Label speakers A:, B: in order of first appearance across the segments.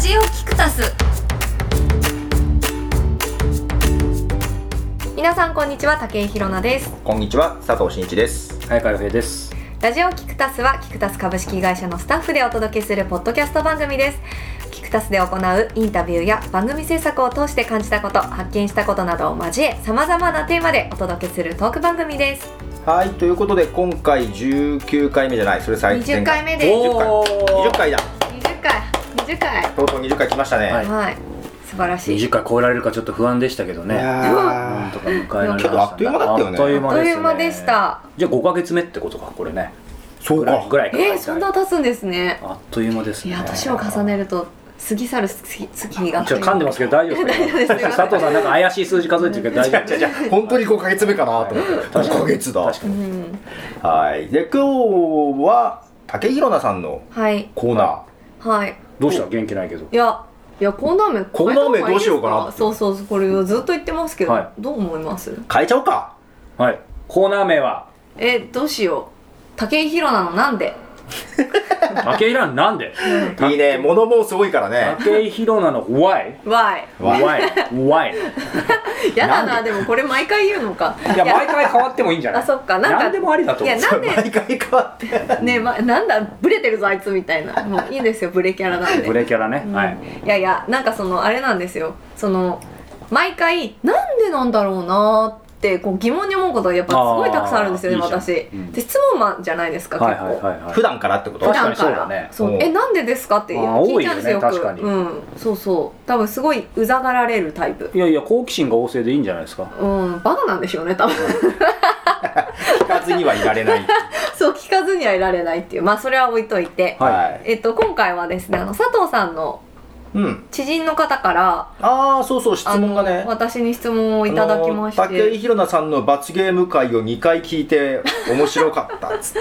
A: ジオキクタス皆さんこんにちは竹井ひろなです
B: こんにちは佐藤真一です。
C: 早川洋平です。
A: ラジオキクタスはキクタス株式会社のスタッフでお届けするポッドキャスト番組ですキクタスで行うインタビューや番組制作を通して感じたこと発見したことなどを交え様々なテーマでお届けするトーク番組です
B: はいということで今回19回目じゃないそれ最
A: 20回目です
B: 前回
C: おー
B: 20回だ
A: 20回20回
B: とうとう20回来ましたね。
C: は
A: はい素晴らしい
C: 20回超えられるかちょっと不安でしたけど
B: い
C: ね。なん
B: や
C: とか迎えられましたね
B: けどあっという間だったよね
C: あっという
A: あっ
C: 間
A: と
C: です、ね。
A: いう間でし。た
C: じゃあ5ヶ月目ってことかこれね。
B: ーそう
C: ぐら
B: か
C: いぐらいか。
A: えー、そんな経つんですね
C: あっという間です
A: い
C: ね。
A: や年を重ねると過ぎ去る月月が
C: ちょっと噛んでますけど大丈夫ですか。
A: 大丈夫です
C: 佐藤さんなんか怪しい数字数えてるけど大丈夫
B: じゃあじゃあ本当に5ヶ月目かなと思って5ヶ月だ
C: 確か
A: う
C: に。
A: ん
B: はいで今日は竹ひろなさんの
A: はい
B: コーナー
A: はい
C: どうした元気ないけど。
A: いやいやコーナー名
B: コーナー名どうしようかな
A: 変えた方がいいですそうそうそうこれをずっと言ってますけど、
C: は
A: どう思います
B: 変えちゃおうか
C: はい。コーナー名は
A: えどうしよう武井宏なのなんで
C: 竹井蘭な んで。
B: いいね物もすごいからね
C: 竹井宏奈の why
A: Why
C: why why
A: やだなでもこれ毎回言うのか
C: いや毎回変わってもいいんじゃない。
A: あそっかなんか
C: 何でもありだと
A: い
C: 思う
A: や。なんで
B: 毎回変わって
A: ねま、なんだブレてるぞあいつみたいなもういいんですよブレキャラなんで
C: ブレキャラね。
A: うん
C: はい。
A: いやいやなんかそのあれなんですよその毎回なんでなんだろうなってこう疑問に思うことがやっぱすごいたくさんあるんですよね
C: あーいいじゃん
A: 私
C: うん
A: で質問マンじゃないですか結構、
C: はいはいはいはい。
B: 普段からってこと
A: 普
C: 確か
A: 段
C: に
A: か
C: そう
A: ら
C: だね
B: うん
A: えなんでですかって
C: あー
A: 聞いちゃうんですよよ
C: 多い
A: く
C: よね確かに
A: うん、そうそう多分すごいうざがられるタイプ
C: いやいや好奇心が旺盛でいいんじゃない ですか
A: うんバカなんでしょうね多分
B: 聞かずにはいられない
A: そう聞かずにはいられないっていうまあそれは置いといて、
C: はい
B: はい
A: えっと今回はですねあの佐藤さんの
B: うん
A: 知人の方から
B: ああそうそう質
A: あの
B: 問がね
A: 私に質問をいただきまして
B: あの武井宏奈さんの罰ゲーム会を2回聞いて面白かったっつっ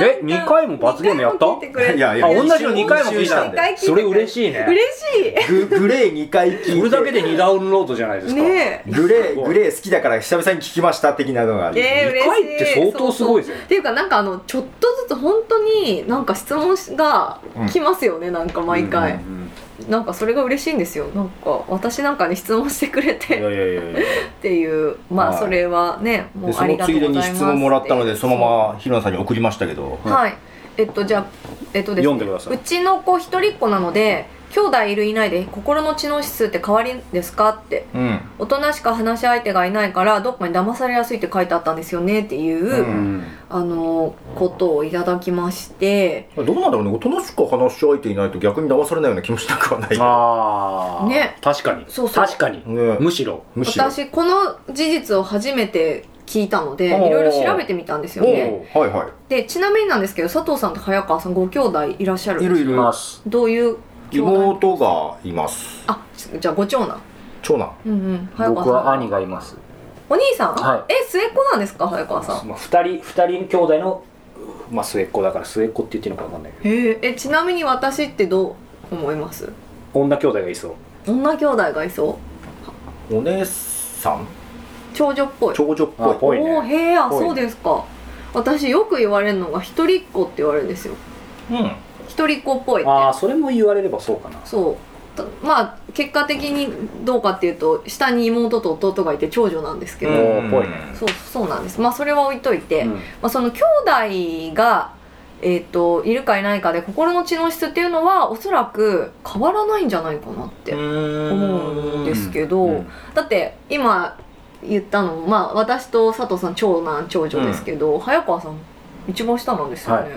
C: え二回も罰ゲームやった
A: 二回も聞いてくれ
B: て
A: て
B: いやいや
C: あ同じの二回も聞いたん
A: 二
C: だ
A: 回聞いてくれて
C: それ嬉しいね
A: 嬉し
B: ググレー2回聞いて
C: それだけで2ダウンロードじゃないです
A: い
C: か
A: ねえ
B: グレーグレー好きだから久々に聞きました的なのがある
A: えー、
C: 二
A: 嬉しい
C: 回って相当すごいですよ
A: っていうかなんかあのちょっとずつ本当になんか質問が来ますよね、なんか毎回、
C: うんうん
A: なんかそれが嬉しいんですよなんか私なんかに質問してくれ
C: うんい
A: て
C: やいやいやいや
A: っていうまあ
C: はい
A: それはね、も
B: で
A: うあ
B: そ
A: り
B: の
A: がと
B: つ
A: うござい
B: いでに
A: ます
B: 質問もらったのでそのままひろなさんに送りましたけど
C: ま
A: はいえっとじゃあえっとですね
C: 読んでくださいう
A: ちの子一人っ子なので兄弟いるいないで心の知能指数って変わりですかって
B: うん
A: 大人しか話し相手がいないからどっかに騙されやすいって書いてあったんですよねっていう、
B: う
C: うん
A: あのことをいただきまして
B: どうなんだろうね大人しか話し相手いないと逆に騙されないような気もしなくはない
C: ああ
A: ね
C: 確かに
A: そうそう
C: 確かに
B: ね
C: むしろ
B: むしろ
A: 私この事実を初めて聞いたのでい
B: おー
A: ろいろ調べてみたんですよね
C: お
B: おはいは
A: でちなみになんですけど佐藤さんと早川さんご兄弟いらっしゃる
B: いいるいる
C: ます
A: どういう兄弟
B: 妹がいます
A: あじゃあご長男
B: 長男
A: うんうん早川さん
C: 僕は兄がいます
A: お兄さん、
C: は
A: え末っ子なんですか早川さん
C: まあ二人二人兄弟のまあ末っ子だから末っ子って言っていいのかわかんないけど
A: へーえちなみに私ってどう思います
C: 女兄弟がいそう
A: 女兄弟がいそう
B: お姉さん
A: 長女っぽい
B: 長女っぽい
C: あぽいね
A: おーへえあ
C: ぽいね
A: そうですか私よく言われるのが一人っ子って言われるんですよ
B: うん
A: 一人っ子っぽいって
C: ああそれも言われればそうかな
A: そうたまあ結果的にどうかっていうと下に妹と弟がいて長女なんですけど、
C: うんぽいね
A: そうそうなんですまあそれは置いといて、
C: うん
A: まあ、その兄弟がえっといるかいないかで心の知能質っていうのはおそらく変わらないんじゃないかなって思うんですけど、
C: うん
A: だって今言ったのもまあ私と佐藤さん長男長女ですけど、早川さん一番下なんですよね、
C: はい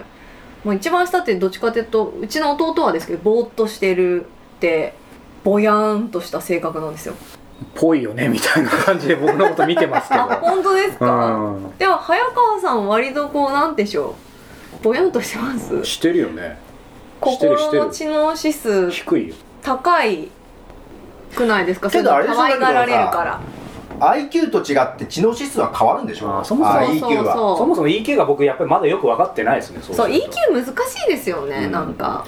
A: もう一番下ってどっちかというとうちの弟はですけどぼーっとしてるってぼやーんとした性格なんですよ
C: ぽいよねみたいな感じで僕のこと見てますけ ど
A: あ本当ですか、
C: う
A: でも早川さんは割とこうなんでしょうぼやんとしてます
C: んしてるよねしてるして
A: 心
C: る
A: の知能指数
C: 低いよ
A: 高いくないですか
B: けどあれでしょ
A: 可愛がられる
B: だけど
A: から
B: さ IQ と違って知能指数は変わるんでしょ
C: あそもそも
B: あ
A: そうそう
B: IQ は
C: そもそも EQ が僕やっぱりまだよく分かってないですねそ
A: そう
C: する
A: EQ
C: と
A: 難しいですよね、
C: うん
A: なんか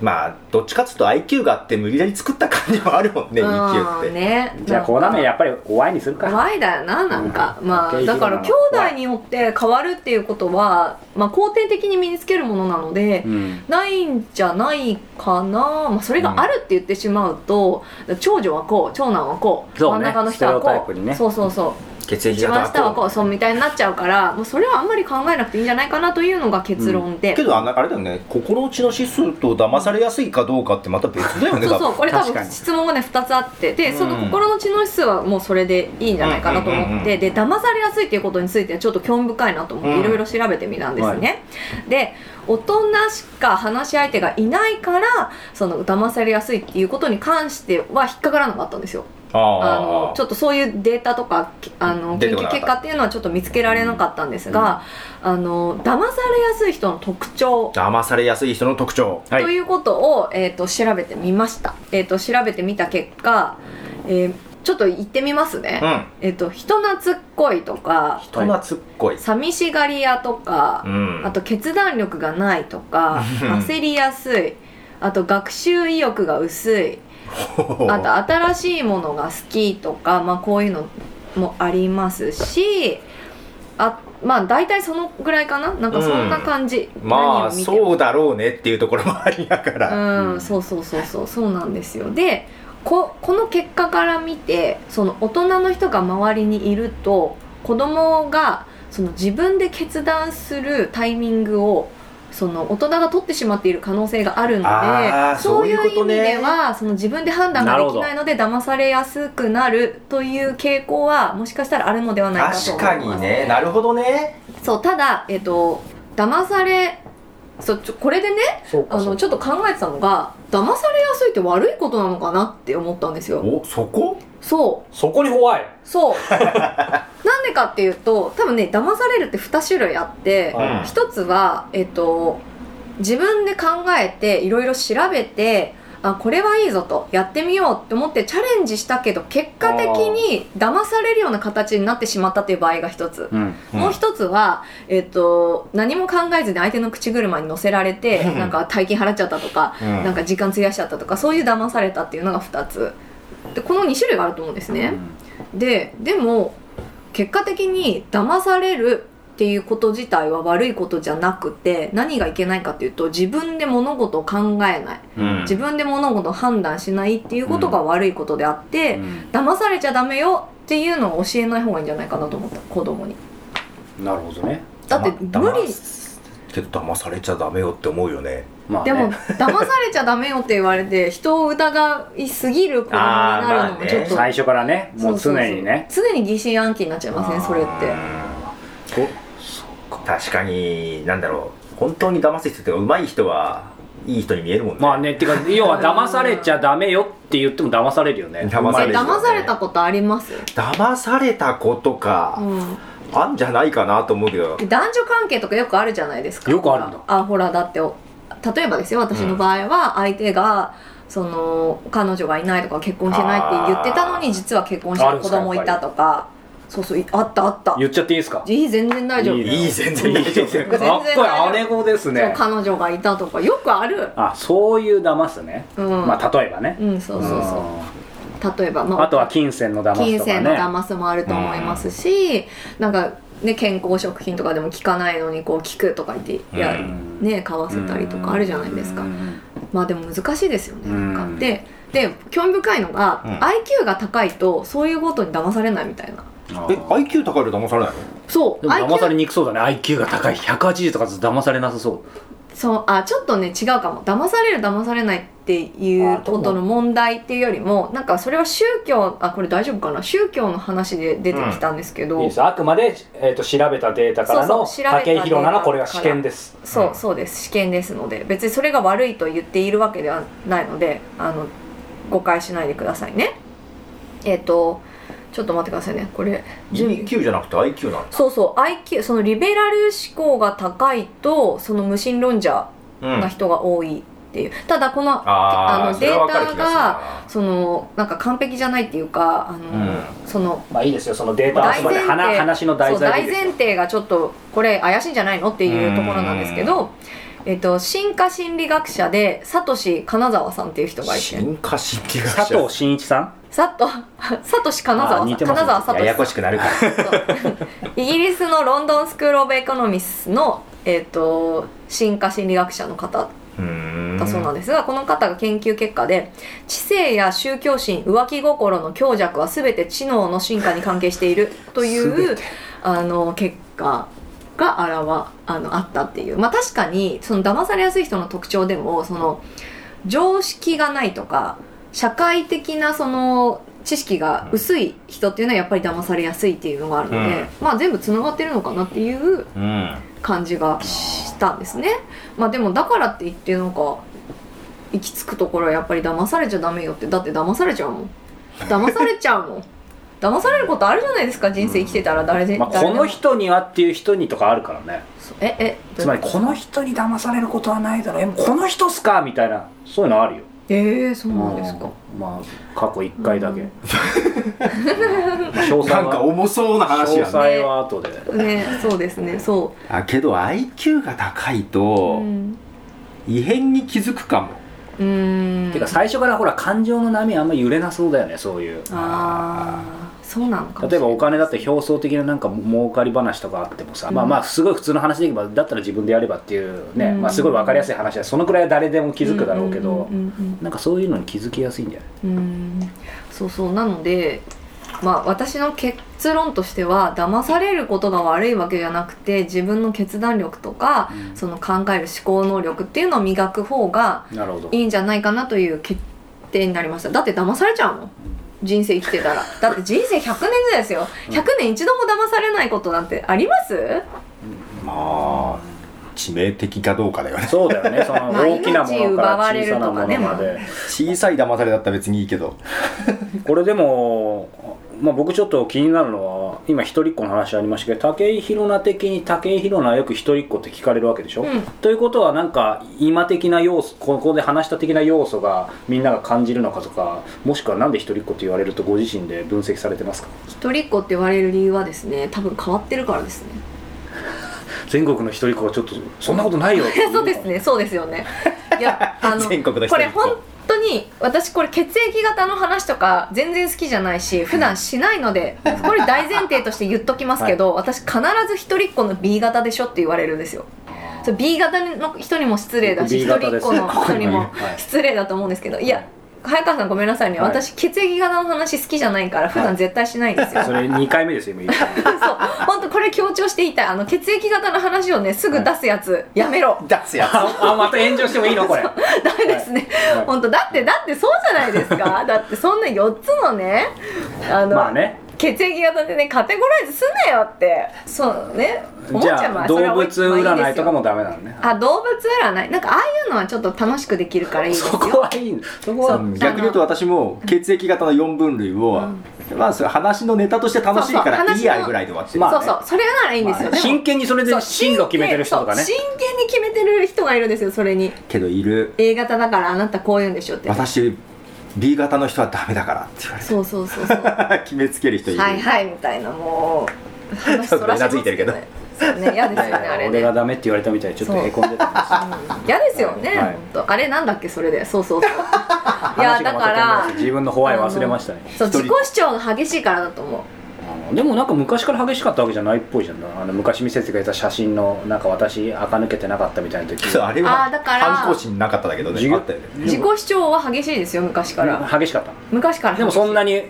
B: まあどっちかっつうと IQ があって無理やり作った感じもあるもんね EQ って、
A: うんね
C: じゃあこうなめやっぱりお会いにするか
A: 怖いだよななんか、
C: うん
A: まあ
C: 経験
A: だから
C: が
A: 兄弟によって変わるっていうことは、まあ、肯定的に身につけるものなので、
C: うん
A: ないんじゃないかな、まあ、それがあるって言ってしまうと、長女はこう長男はこう
C: そ
A: 真
C: うね
A: ん中の人は
C: ステレオタイ
A: こ
C: プ
A: う、
C: にね
A: そうそうそう
B: 血液
A: 一番
B: 型
A: 下はこ
B: こ
A: うそうみたいになっちゃうからもうそれはあんまり考えなくていいんじゃないかなというのが結論で、
B: うけどあのあれだよね心打ちの指数と騙されやすいかどうかってまた別だよね
A: そうそう
B: 多分
A: これ多
C: 確か
A: 分
C: に
A: 質問がね2つあってでその
B: うん
A: 心の知能指数はもうそれでいいんじゃないかなと思って、
B: うんうんうんうん
A: で騙されやすいっていうことについてはちょっと興味深いなと思っ
B: う
A: て
B: ん
A: いろいろ調べてみたんですね、で大人しか話し相手がいないからその騙されやすいっていうことに関しては引っかからなかったんですよあの
B: あ
A: ちょっとそういうデータとかきあの
B: 出
A: 研
B: てこな
A: 究
B: かった
A: 結果っていうのはちょっと見つけられなかったんですが、あの騙されやすい人の特徴
B: あ騙されやすい人の特徴
C: は
A: と
C: い
A: いうことを、えー、と調べてみました、えー、と調べてみた結果、えーちょっと言ってみますね、
B: うん
A: えー、と人懐っこいとか
B: 人懐っこい、
A: 寂しがり屋とか
B: う、ん
A: あと決断力がないとか焦りやすいあと学習意欲が薄い あと新しいものが好きとか、まあ、こういうのもありますしあまあ大体そのぐらいかななんかそんな感じ、
B: まあ
A: 何を見ても
B: そうだろうねっていうところもありながら、
C: う
A: うんん、そうそうそうそうそうなんですよでここの結果から見てその大人の人が周りにいると子供がその自分で決断するタイミングをその大人が取ってしまっている可能性があるの
B: あー
A: でそういう
B: そうい
A: 意
B: うこと
A: 味
B: ね
A: ではその自分で判断ができないので騙されやすくなるという傾向はもしかしたらあるのではないかと
B: 確
A: 思いま
B: か
A: す。
B: にねなるほどね
A: そうただ、えっと騙されそうちょこれでね
C: そう
A: あのちょっと考えてたのが騙されやすいって悪いことなのかなって思ったんですよ
B: おそこ
A: そう
C: そこに怖い
A: そうなんでかっていうと多分ね騙されるって2種類あって
C: はい
B: うん
A: 一つはえっと自分で考えていろいろ調べてあこれはいいぞとやってみようって思ってチャレンジしたけど結果的に騙されるような形になってしまったという場合が一つ
C: うん
A: もう一つは、えっと何も考えずに相手の口車に乗せられてなんか大金払っちゃったとか、
B: うん
A: なんか時間費やしちゃったとかそういう騙されたっていうのが2つでこの2種類があると思うんですね、ででも結果的に騙されるっていうこと自体は悪いことじゃなくて何がいけないかっていうと自分で物事を考えない
B: うん
A: 自分で物事を判断しないっていうことが悪いことであって、騙されちゃダメよっていうのを教えない方がいいんじゃないかなと思った子供に。
C: うんなるほどね
A: だって
B: だま
A: 無理
B: 騙すけど騙されちゃダメよって思うよね
C: まあ
A: で
C: ね
A: も騙されちゃダメよって言われて人を疑いすぎる子供になるのもちょっと、
B: あーまあ
C: 最初からねもう常にね
A: そうそうそう常に疑心暗鬼になっちゃいますねそれっ
B: う
A: て
B: ん
C: そうそうか
B: 確かになんだろう本当に騙す人っていうか上手い人はいい人に見えるもんね、
C: まあ ねっていうか要は騙されちゃダメよって言っても騙されるよね
B: 騙され
A: え
B: るよ
A: 騙されたことあります、
B: 騙されたことか、
A: うん、
B: あんじゃないかなと思うけど
A: 男女関係とかよくあるじゃないですか
C: よくあるんだ
A: あほらだってお例えばですよ私の場合は相手が、その彼女がいないとか結婚してないって言ってたの
B: あ
A: に
B: ー
A: 実は結婚してる子供いたとかそうそういあったあった
C: 言っちゃっていいですか
A: いい全然大丈夫
C: いいね
B: いい全然大丈
A: 全
B: 夫
A: 然
C: かっこいい姉子です
A: そう
C: ね
A: 彼女がいたとかよくある
C: あそういう騙すね、
A: うん、
C: まあ例えばね、
A: うん、そうそうそ
C: ん
A: う例えば、まあ、
C: あとは金銭の騙す
A: 金
C: とか
A: 銭の
C: ね
A: 騙すもあると思いますし、なんか、ね、健康食品とかでも聞かないのにこう聞くとか言って、いや
B: うん
A: ね、買わせたりとかあるじゃないですか、
C: うん
A: まあでも難しいですよね、なん
C: うん
A: かでで興味深いのが、
B: うん
A: IQ が高いとそういうことに騙されないみたいな
C: あ
B: え
C: ー
B: IQ 高いと騙されないの
A: そう
C: でも騙さ
A: IQ
C: れにくそうだね IQ が高い180とかだと騙されなさそ
A: そうあちょっとね違うかも騙される騙されないっていうことの問題っていうよりもなんかそれは宗教あこれ大丈夫かな宗教の話で出てきたんですけど、
C: ういいですあくまで、えー、と調べたデータからの
A: そうそう調べた
C: 武井宏奈のこれは試験です
A: そう
B: うん
A: そうです試験ですので別にそれが悪いと言っているわけではないのであの誤解しないでくださいねえっ、とちょっと待ってくださいねこれ準備
B: EQ じゃなくて IQ なん
A: そうそう IQ そのリベラル思考が高いとその無神論者
B: だ、うん、
A: な人が多いっていう、ただこの
B: あ
A: あ
B: あ
A: の
B: それは分かる気
A: データが
B: が
A: そのなんか完璧じゃないっていうかあの、
B: う
A: その
C: まあいいですよそのデータはあくまで
A: 大前提
C: 話話の題
A: そう
C: 材
A: 大
C: でいいです
A: 前
C: よ
A: 提がちょっとこれ怪しいんじゃないのっていうところなんですけどえっと、進化心理学者でサトシ金沢さんっていう人がいて
B: 進化心理学
C: 佐
B: 者
C: 藤真一さん
A: サト サトシ金沢さ
C: あ
A: ん、
C: 似て
A: 金
C: ますね
A: 沢サト
B: や
A: シ
B: やこしくなるから
A: イギリスのロンドンスクール・オブ・エコノミスの、えっと進化心理学者の方
B: うーん
A: だそうなんですが、この方が研究結果で知性や宗教心浮気心の強弱は全て知能の進化に関係しているというあの結果があらわあのあったっていうまあ確かにその騙されやすい人の特徴でもその常識がないとか社会的なその知識が薄い人っていうのはやっぱり騙されやすいっていうのがあるので、
B: うん
A: まあ全部つながってるのかなっていう
B: うん
A: 感じがしたんですね。まあでもだからって言ってなんか行き着くところはやっぱり騙されちゃダメよってだって騙されちゃうもん騙されちゃうもん 騙されることあるじゃないですか人生生きてたら誰で,、
C: まあ、
A: 誰
C: こ
A: でも
C: の人にはっていう人にとかあるからね
A: そうええ
C: つまりこの人に騙されることはないだろうえこの人っすかみたいなそういうのあるよ
A: えー、そうなんですか
C: うんまあ過去一回だけ、
A: うん
C: まあ詳細
B: なんか
C: は
B: 重そうな話
C: 詳
B: や
C: 細
B: な
C: は後で
A: ねそうですねそ
B: あけど IQ が高いうと
A: うん
B: 異変に気づくかも
A: うーん
C: てか最初からほら感情の波あんま揺れなそうだよねそういう
A: ああそうなのかもしれ
C: 例え
A: な
C: ば
A: い
C: お金だって表層的ななんか儲かり話とかあってもさ、まあまあすごい普通の話でいけばだったら自分でやればっていうね、
A: うん
C: まあすごい分かりやすい話だそのくらいは誰でも気づくだろうけど、
A: うんうんうんうん
C: なんかそういうのに気づきやすいんじゃないう
A: ーんそうそうなのでまあ私の結論としては騙されることが悪いわけじゃなくて自分の決断力とかその考える思考能力っていうのを磨く方が
C: なるほど
A: いいんじゃないかなという決定になりましただって騙されちゃうもん人生生きてたらだって人生100年時代ですよ
C: うん
A: 100年一度も騙されないことなんてあります
B: まあ致命的かどうかだよね
C: そうだよねその
A: まあ
C: 大きな ものから
A: 命奪われ
C: 小
A: る
C: さ
A: と
C: なも
A: かね
C: のまで、
B: 小さい騙されだったら別にいいけど
C: これでも、まあ、僕ちょっと気になるのは今一人っ子の話ありましたけど武井宏奈的に武井宏奈はよく一人っ子って聞かれるわけでしょ、
A: うん
C: ということはなんか今的な要素ここで話した的な要素がみんなが感じるのかとかもしくはなんで一人っ子と言われるとご自身で分析されてますか
A: 一人っ子って言われる理由はですね多分変わってるからですね
C: 全国の一人っ子はちょっとそんなことないよ
A: そうですねそうですよねいやあ の
B: 全国の人
A: これ本当に私これ血液型の話とか全然好きじゃないし普段しないのでこれ大前提として言っときますけど、私必ず一人っ子の B 型でしょって言われるんですよそれ B 型の人にも失礼だし一
C: B
A: 人
C: 型
A: っ
C: です
A: 子の人にも
C: ここにはい
A: 失礼だと思うんですけどいや早川さんごめんなさいね、
C: はい
A: 私血液型の話好きじゃないから普段絶対しないんですよ、
C: それ2回目ですよ 今言った
A: そう本当これ強調して言いたいあの血液型の話をねすぐ出すやつやめろ
B: 出すやつ
C: ああまた炎上してもいいのこれ、
A: ダメですね、
C: はい
A: 本当だってだってそうじゃないです かだってそんな4つのねあの、
C: まあね
A: 血液型でねカテゴライズすんなよってそうねおも
C: じ
A: ちゃ
C: ゃ
A: も
C: あ
A: それ
C: 動
A: は
C: 物
A: 置といて
C: 占いとか
A: まあいいですよ
C: もダメなのね
A: あ動物占いなんかああいうのはちょっと楽しくできるからいいです
C: そ
A: よ
C: こはいいのそこ
A: そ
C: は
A: う
B: 逆に言うと私も血液型の4分類を、まあそれ話のネタとして楽しいから
A: そうそう
B: いいやぐらいで終わってる、
C: まあね
A: そうそうそれならいいんですよ、
C: まあね真剣にそれで進路決めてる人とかね
A: そう真剣に決めてる人がいるんですよそれに
B: けどいる
A: A 型だからあなたこう言うんでしょって
B: 私 B 型の人はダメだからって言われ
A: そうそうそうそうは
B: て 決めつける人いる、
A: いはいみたいなも う話そらし
B: うなずいてるけど
A: ますよねそうね嫌ですよねあれね
C: 俺がダメって言われたみたいでちょっとへこんでたんです
A: 嫌ですよね、
C: はい
A: ほんとあれなんだっけそれでそうそう そう いや
C: 話
A: だ
C: がま
A: か
C: た飛ん
A: ら
C: だし自分のホワイ忘れましたね
A: そう
B: 一人
A: 自己主張が激しいからだと思う
C: うんでもなんか昔から激しかったわけじゃないっぽいじゃんあの昔見せてくれた写真のなんか私垢抜けてなかったみたいな時
B: そうあれは
A: あーだから
B: 反抗心なかっただけどね
C: 授業
B: あったよね
A: 自己主張は激しいですよ昔から、
C: 激しかった
A: 昔から
C: でもそん
A: な
C: なに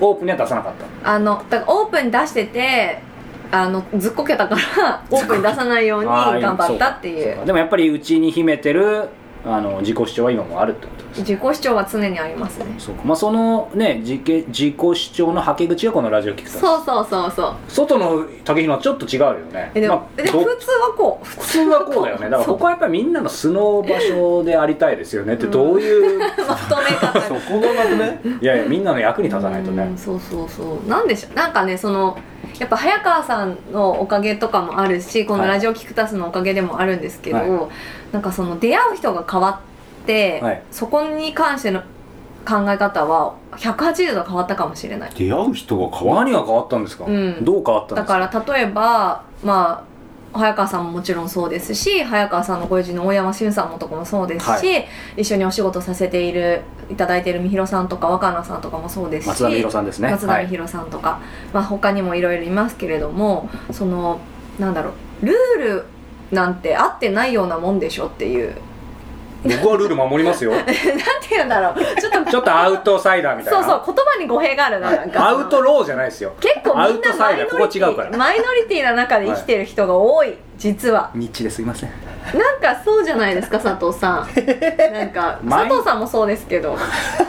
C: オープンには出さなかった
A: あのだからオープンに出しててあのずっこけたから オープンに出さないように
C: あー
A: 頑張ったってい
C: そうかそうかでもやっぱりうちに秘めてるあの自己主張は今もあるってことです
A: 自己主張は常にありますね
C: そうかまあそのね自己自己主張のはけ口がこのラジオ聞くと
A: そうそうそうそう
C: 外の竹ひはちょっと違うよね
A: えでも,、
C: まあ
A: でも普通はこう普
C: 普通はこうだよねだからここはやっぱりみんなの素の場所でありたいですよねって
A: うん
C: どういう、
A: まとめ方
B: そこがまとめ
C: いやいやみんなの役に立たないと
A: うん
C: ね
A: そうそうそうなんでしょうなんかねそのやっぱ早川さんのおかげとかもあるしこの「
C: はい
A: ラジオキクタス」のおかげでもあるんですけど、
C: は
A: なんかその出会う人が変わって、
C: はい
A: そこに関しての考え方は180度変わったかもしれない
B: 出会う人が変わる
C: 何が変わったんですか、
A: うん
C: どう変わったん
A: だ
C: ですか
A: から例えばまあ早川さんももちろんそうですし早川さんのご友人の大山俊さんもとかもそうですし、
C: は
A: 一緒にお仕事させているいただいているみひろさんとか若菜さんとかもそうですし
C: 松田美弘さんですね
A: 松田美弘さんとか、まあ、他にもいろいろいますけれどもそのなんだろうルールなんて合ってないようなもんでしょっていう
C: はい、僕はルール守りますよ
A: なんて言うんだろうちょっと
C: ちょっとアウトサイダーみたい
A: そう
C: な
A: そう言葉に語弊があるななんか
C: アウトローじゃないですよ
A: 結構みんなマイ
C: アウトサイダー
A: ノ
C: こ
A: リ
C: こ
A: テ
C: 違
A: ィ
C: うから
A: マイノリティな中で生きてる人が多い実は
C: ニッチですいません
A: なんかそうじゃないですか佐藤さんなんか
C: マイ
A: 佐藤さんもそうですけど
C: マイノリティっ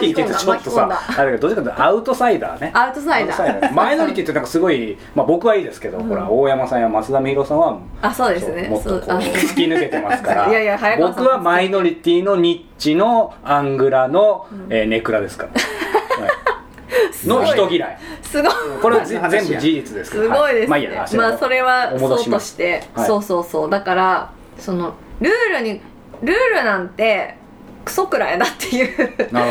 C: て言うとちょっとさ
A: 巻き込
C: あれがどっちかというとアウトサイダーね
A: アウトサイダー
C: マイノリティってなんかすごい、まあ、僕はいいですけど、
A: うん
C: ほら大山さんや松田美弘さんは
A: あそうですね
C: そうもっと
A: そ
C: こ
A: う
C: う
A: あ
C: 突き抜けてますから
A: いやいや早川さん
C: 僕はマイノリティのニッチのアングラの、
A: うん
C: えーネクラで すから、はいの
A: すごい
C: 人嫌い
A: すごい
C: これはぜ
B: 話や
C: 全部事実ですけど
A: すごいですね、
C: はまあいいや
A: まあそれは
C: お
A: そ
C: 戻
A: う
C: し
A: と
C: ま
A: し
C: す
A: て、
C: はい
A: そうそうそうだからそのルールにルールなんてクソくらいだって いう考
C: なるほど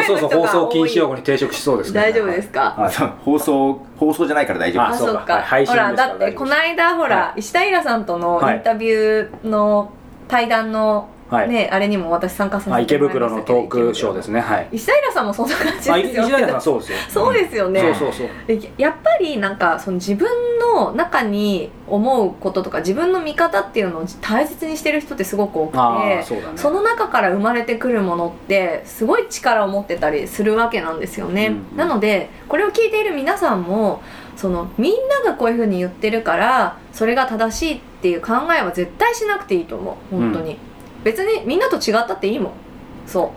A: え
C: そう
A: る人
C: そうそう放
A: が
C: 送禁
A: 多
C: 止用語
A: い
C: に抵触しそうですけどね
A: 大丈夫ですか、
C: はい
B: そう放送放送じゃないから大丈夫
A: あ
C: あ
A: そ
C: そううか
A: か
C: はい配
A: ほ
C: 信
A: ら
C: ですから
A: だってこの間ほら、
C: は
A: 石田イラさんとのインタビューの対談の、
C: はい
A: ねあれにも私参加さ
C: あ
A: せて
C: 池
A: もらいまし
C: 袋の
A: たけど
C: トークショーですねはい
A: 石田イラさんもそんな感じですよ
C: あ
A: ね
C: 石田さんそうですよ
A: そうですよね、
C: そうそうそう
A: でやっぱりなんかその自分の中に思うこととか自分の見方っていうのを大切にしてる人ってすごく多くて
C: ああそうだね
A: その中から生まれてくるものってすごい力を持ってたりするわけなんですよね、
C: うんうん
A: なのでこれを聞いている皆さんもそのみんながこういうふうに言ってるからそれが正しいっていう考えは絶対しなくていいと思う本当に、別にみんなと違ったっていいもんそうっ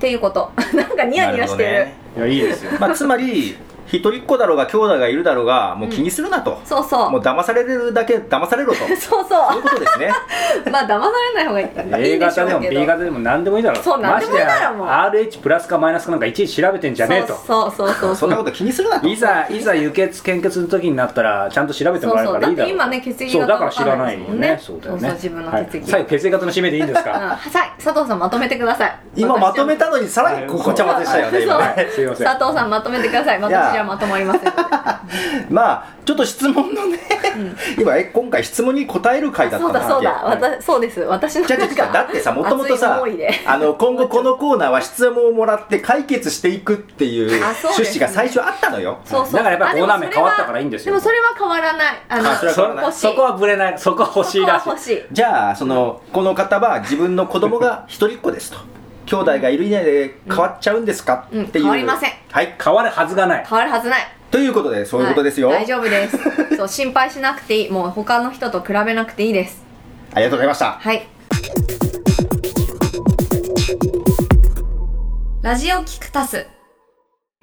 A: ていうこと なんかニヤニヤしてる
B: なほどね
C: いやいい ですよ
B: まあ、つまり一人っ子だろうが兄弟がいるだろうがもう気にするなと、
A: そうそう
B: もう騙されるだけ騙されろとそ う
A: そうそう
B: いうことですね
A: まあ騙されない方がいいい
C: A
A: いでしょ
C: 型
A: う
C: でも
A: けど
C: B 型でも何でもいいだろ
A: そう何でもいいだろもう
C: マジで RH プラスかマイナスかなんかいちいち調べてんじゃねえと
A: そうそう そうそ
B: そ
A: うん
B: なこと気にするなと
C: いざいざ輸血献血の時になったらちゃんと調べてもらえる
A: そうそうだ
C: からい
A: っ
C: いだろ
A: て今ね血液
C: そう
A: 型
C: だか
A: わ
C: ら知
A: からん
C: な
A: ない
C: い
A: で
C: も
A: すもん
C: ん
A: ね
C: ねそうだよね
A: そうそう自分の血液
C: はい最後血液型の締めでいいんです
A: うん
C: か
A: はい佐藤さんまとめてください
B: 今まとめ
A: た
B: たのにさらにこうごちゃ混ぜしたよね
A: そう
B: 今ね
C: はいすいません
A: 佐藤さんまとめてください
B: いや
A: 私はまとまりませんので
B: まあちょっと質問のね、今え今回質問に答える回だった
A: そ
B: ん
A: う
B: だっ
A: だ
B: け
A: そうだ
B: はい
A: 私そうです私の
B: じゃあじゃあじゃあだってさもとも
A: 熱
B: と
A: い
B: さ
A: 思いで
B: あの今後このコーナーは質問をもらって解決していくっていう
A: あそうですね
B: 趣旨が最初あったのよ
A: そうそう
C: だからやっぱり
A: あでも
C: コーナー名
A: それは
C: 変わったからいいんですよ
A: でもそれは変わらないあ
B: あそれは変わらない
A: 欲しい
C: そこはぶれないそこは欲しいらし
A: そこは欲
C: い
A: しい
B: じゃあそのこの方は自分の子 供が一人っ子ですと兄弟がいる以内で変わっちゃうんですか、
A: うん
B: っていう
A: 変わりません
B: はい
C: 変わるはずがない
A: 変わるはずない
B: ということでそういうことですよ、
A: はい大丈夫ですそう心配しなくていいもう他の人と比べなくていいです
B: ありがとうございました
A: はい。ラジオキクタス。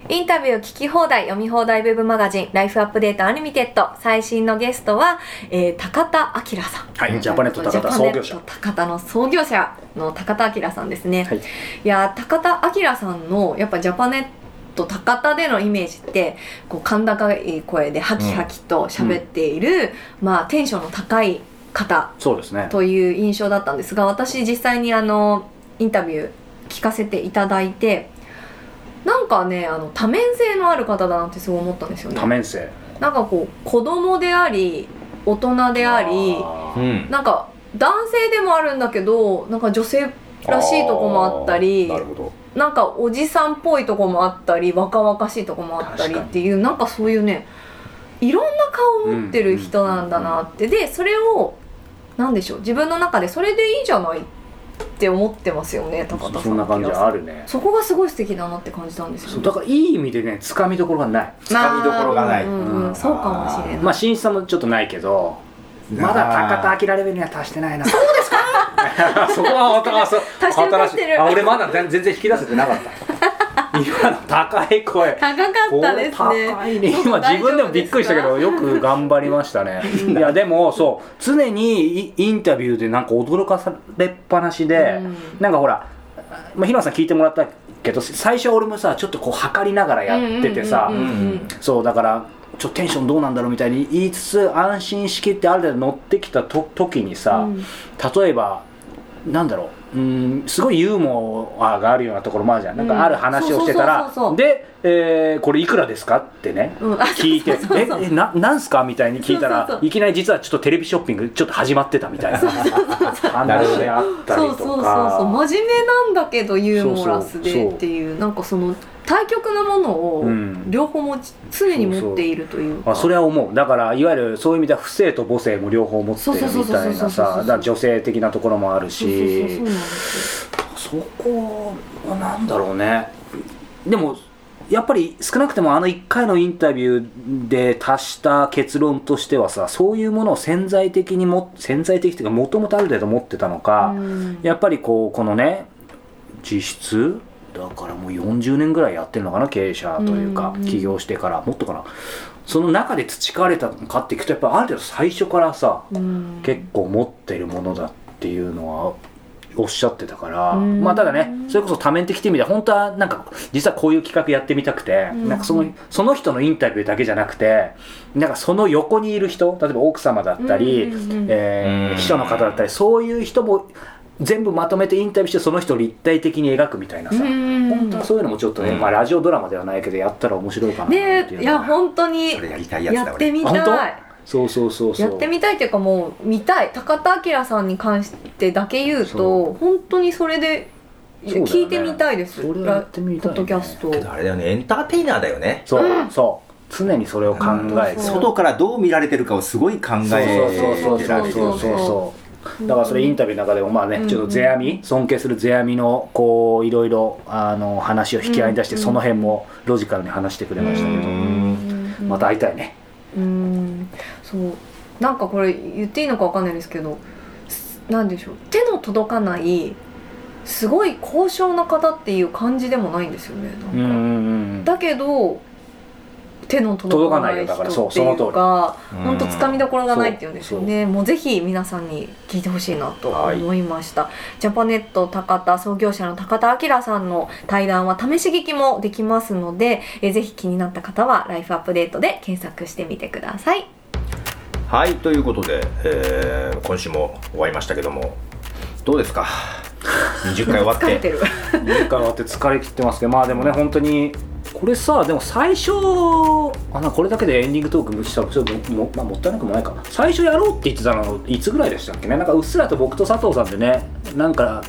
A: インタビュー聞き放題、読み放題ウェブマガジン、ライフアップデータアニミテッド。最新のゲストは、えー、高田明さん。
C: はいジャパネット高田
A: ジャパネ
C: 創
A: ット
C: 業者
A: 高田の創業者の高田明さんですね。、
C: はいい
A: やー、高田明さんの、やっぱジャパネット高田でのイメージって、こう、甲高い声でハキハキと喋っている、まあ、テンションの高い方
C: そうですね
A: という印象だったんですが私実際にあのインタビュー聞かせていただいてなんかねあの多面性のある方だなってすごい思ったんですよ
C: 多
A: ね
C: 面性
A: なんかこう子供であり大人であり
C: あ
B: う
C: ー
B: ん
A: なんか男性でもあるんだけどなんか女性らしいとこもあったり
C: なるほど
A: なんかおじさんっぽいとこもあったり若々しいとこもあったりっていうなんかそういうねいろんな顔を持ってる人なんだなって、でそれをなんでしょう自分の中でそれでいいじゃないって思ってますよね高田さん
C: そんな感じあるね
A: そこがすごい素敵だなって感じたんですよ
C: そう
A: ね
C: だからいい意味でねつかみどころがない
B: つかみどころがない、
A: まあうんうんうんそうかもしれない、
C: まあ真一さんもちょっとないけど
B: うん
C: まだ高田明レベルには達してないなそうですか そこは新しい
A: 達してる
C: 新
A: 達
C: し
A: して
C: い
A: る
C: あ俺まだ全全然引き出せてなかった今の高い声
A: 高かったですね
C: 高いね今
A: 大丈夫です
C: 自
A: か
C: 分でもびっくりしたけどよく頑張りましたねいやでもそう常にイインタビューでなんか驚かされっぱなしで、
A: うん
C: なんかほら、まあ、平野さん聞いてもらったけど最初俺もさちょっとこう測りながらやっててさ、
A: うんうんうんうん
C: そうだからちょっとテンションどうなんだろうみたいに言いつつ安心しきってある程度乗ってきたと時に
A: う
C: さ、
A: ん
C: 例えばなんだろううーんすごいユーモアがあるようなところもあるじゃんなん
A: うん
C: かある話をしてた
A: そう
C: ら
A: そうそうそうそう
C: で、えーこれいくらですか?」ってね、
A: うん
C: 聞いて
A: そうそう
C: 「ええななんすか?」みたいに聞いたら
A: そうそうそう
C: いきなり実はちょっとテレビショッピングちょっと始まってたみたいな話であったり
A: そ
C: と
A: う
C: か
A: そうそうそう真面目なんだけどユーモラス
C: そう
A: で
C: そう
A: っていうなんかその対極なものを
C: うん
A: 両方もち常に持っているというか
C: あそれは思うだからいわゆるそういう意味では不正と母性も両方持ってるみたい
A: そうそうそうそう
C: な
A: そう
C: さだから女性的なところもある
A: そうそうそうそうな
C: し
A: んです
C: そこはなんだろうねでもやっぱり少なくてもあの1回のインタビューで達した結論としてはさそういうものを潜在的にも潜在的っていうかもともとある程度持ってたのか、
A: うん
C: やっぱりこうこのね実質だからもう40年ぐらいやってるのかな経営者というか、
A: うんうん
C: 起業してからもっとかなその中で培われたのかっていくとやっぱある程度最初からさ、
A: うん
C: 結構持ってるものだっていうのはおっしゃってたから、
A: うん
C: まあただねそれこそ多面的って意味で本当はなんか実はこういう企画やってみたくて、
A: うん
C: なんかそのその人のインタビューだけじゃなくてなんかその横にいる人例えば奥様だったり、
A: うんうんうん
C: え
B: うん
C: ー秘書の方だったりそういう人も全部まとめてインタビューしてその人を立体的に描くみたいなさ、
A: うん
C: 本当はそういうのもちょっとね、
B: うん
C: まあ、ラジオドラマではないけどやったら面白いかなって
A: ね
C: いうの
A: いや
C: は
A: 本当に
B: それやりたいやつだ
A: やってみ
C: あ本当
A: たい
C: そうそうそうそう
A: やってみたいっていうかもう見たい高田明さんに関してだけ言う
C: そ
A: と本当にそれで
C: そうだよね
A: 聞いてみたいです、
C: それや
A: ラ
C: ってみた
A: ポッ
C: い、
A: ド
C: ね、
A: キャスト
B: けどあれだよねエンターテイナーだよね
C: そう、そう常にそれを考えて
A: そう
B: 外からどう見られてるかをすごい考
C: そうそうそう
B: えてられて
C: そうそう
B: る
C: そうそうだからそれインタビューの中でもまあね、
A: うん
C: ちょっと世阿弥尊敬する世阿弥のこういろいろあの話を引き合いに出して、
A: うん
C: その辺もロジカルに話してくれましたけど、
B: ん
A: うん
C: また会いたいね
A: うんそうなんかこれ言っていいのかわかんないですけどすなんでしょう手の届かないすごい高尚な方っていう感じでもないんですよねなんか
C: うんうんうん
A: だけど手の届かない
C: 届かないよだから
A: 人
C: そう
A: ってい
C: その
A: う
C: 通り
A: か
B: うん
A: 本当つかみどころがないっていうんですよねもうぜひ皆さんに聞いてほしいなと思いました、ジャパネット高田創業者の高田明さんの対談は試し聞きもできますのでえーぜひ気になった方は「ライフアップデート」で検索してみてください
B: はいということで、えー今週も終わりましたけどもどうですか20回終わっ
A: 疲れて
B: て
A: る
C: 前回終わって疲れ切ってますけどまあでもね本当にこれさでも最初あなこれだけでエンディングトーク無視したらちょっとも,、まあ、もったいなくもないか最初やろうって言ってたのいつぐらいでしたっけねなんかうっすらと僕と佐藤さんでねなんか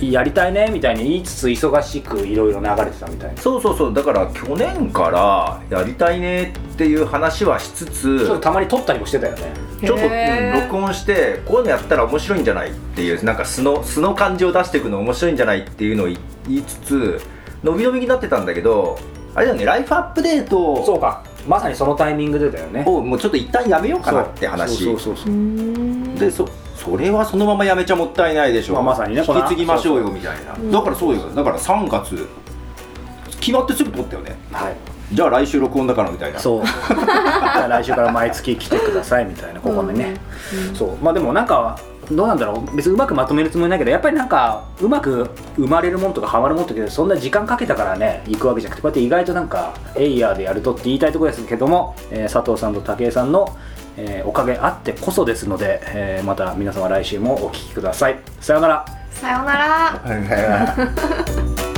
C: やりたいねみたいに言いつつ忙しくいろいろ流れてたみたいな
B: そうそうそうだから去年からやりたいねっていう話はしつ
C: ち
B: つ
C: ょっとたまに撮ったりもしてたよね
B: ちょっと
A: へー
B: 録音してこういうのやったら面白いんじゃないっていうなんか素の素の感じを出していくの面白いんじゃないっていうのを言い言いつつ伸び伸びになってたんだけどあれだよねライフアップデート
C: そ
B: を
C: うかまさにそのタイミングでだよね
B: もうちょっと一旦やめようかなって話
C: そうそうそ
A: うー
C: うそうん
B: でそそれはそのままやめちゃもったいないでしょ、
C: まあまさにね
B: 引き継ぎましょうよ
C: こ
B: みたいな
A: うん
B: だからそうよだから3月決まってすぐ撮ったよね
C: はい
B: じゃあ来週録音だからみたいな
C: そうじゃあ 来週から毎月来てくださいみたいなここにね、
A: うん
C: そうまあでもなんかどうなんだろう別にうまくまとめるつもりないけどやっぱりなんかうまく生まれるものとかハマるものとかそんな時間かけたからね行くわけじゃなくてこうやって意外となんかエイヤーでやるとって言いたいところですけども、えー佐藤さんと武井さんの、えーおかげあってこそですので、えーまた皆様来週もお聞きくださいさようなら
A: さようなら
B: はいはいはい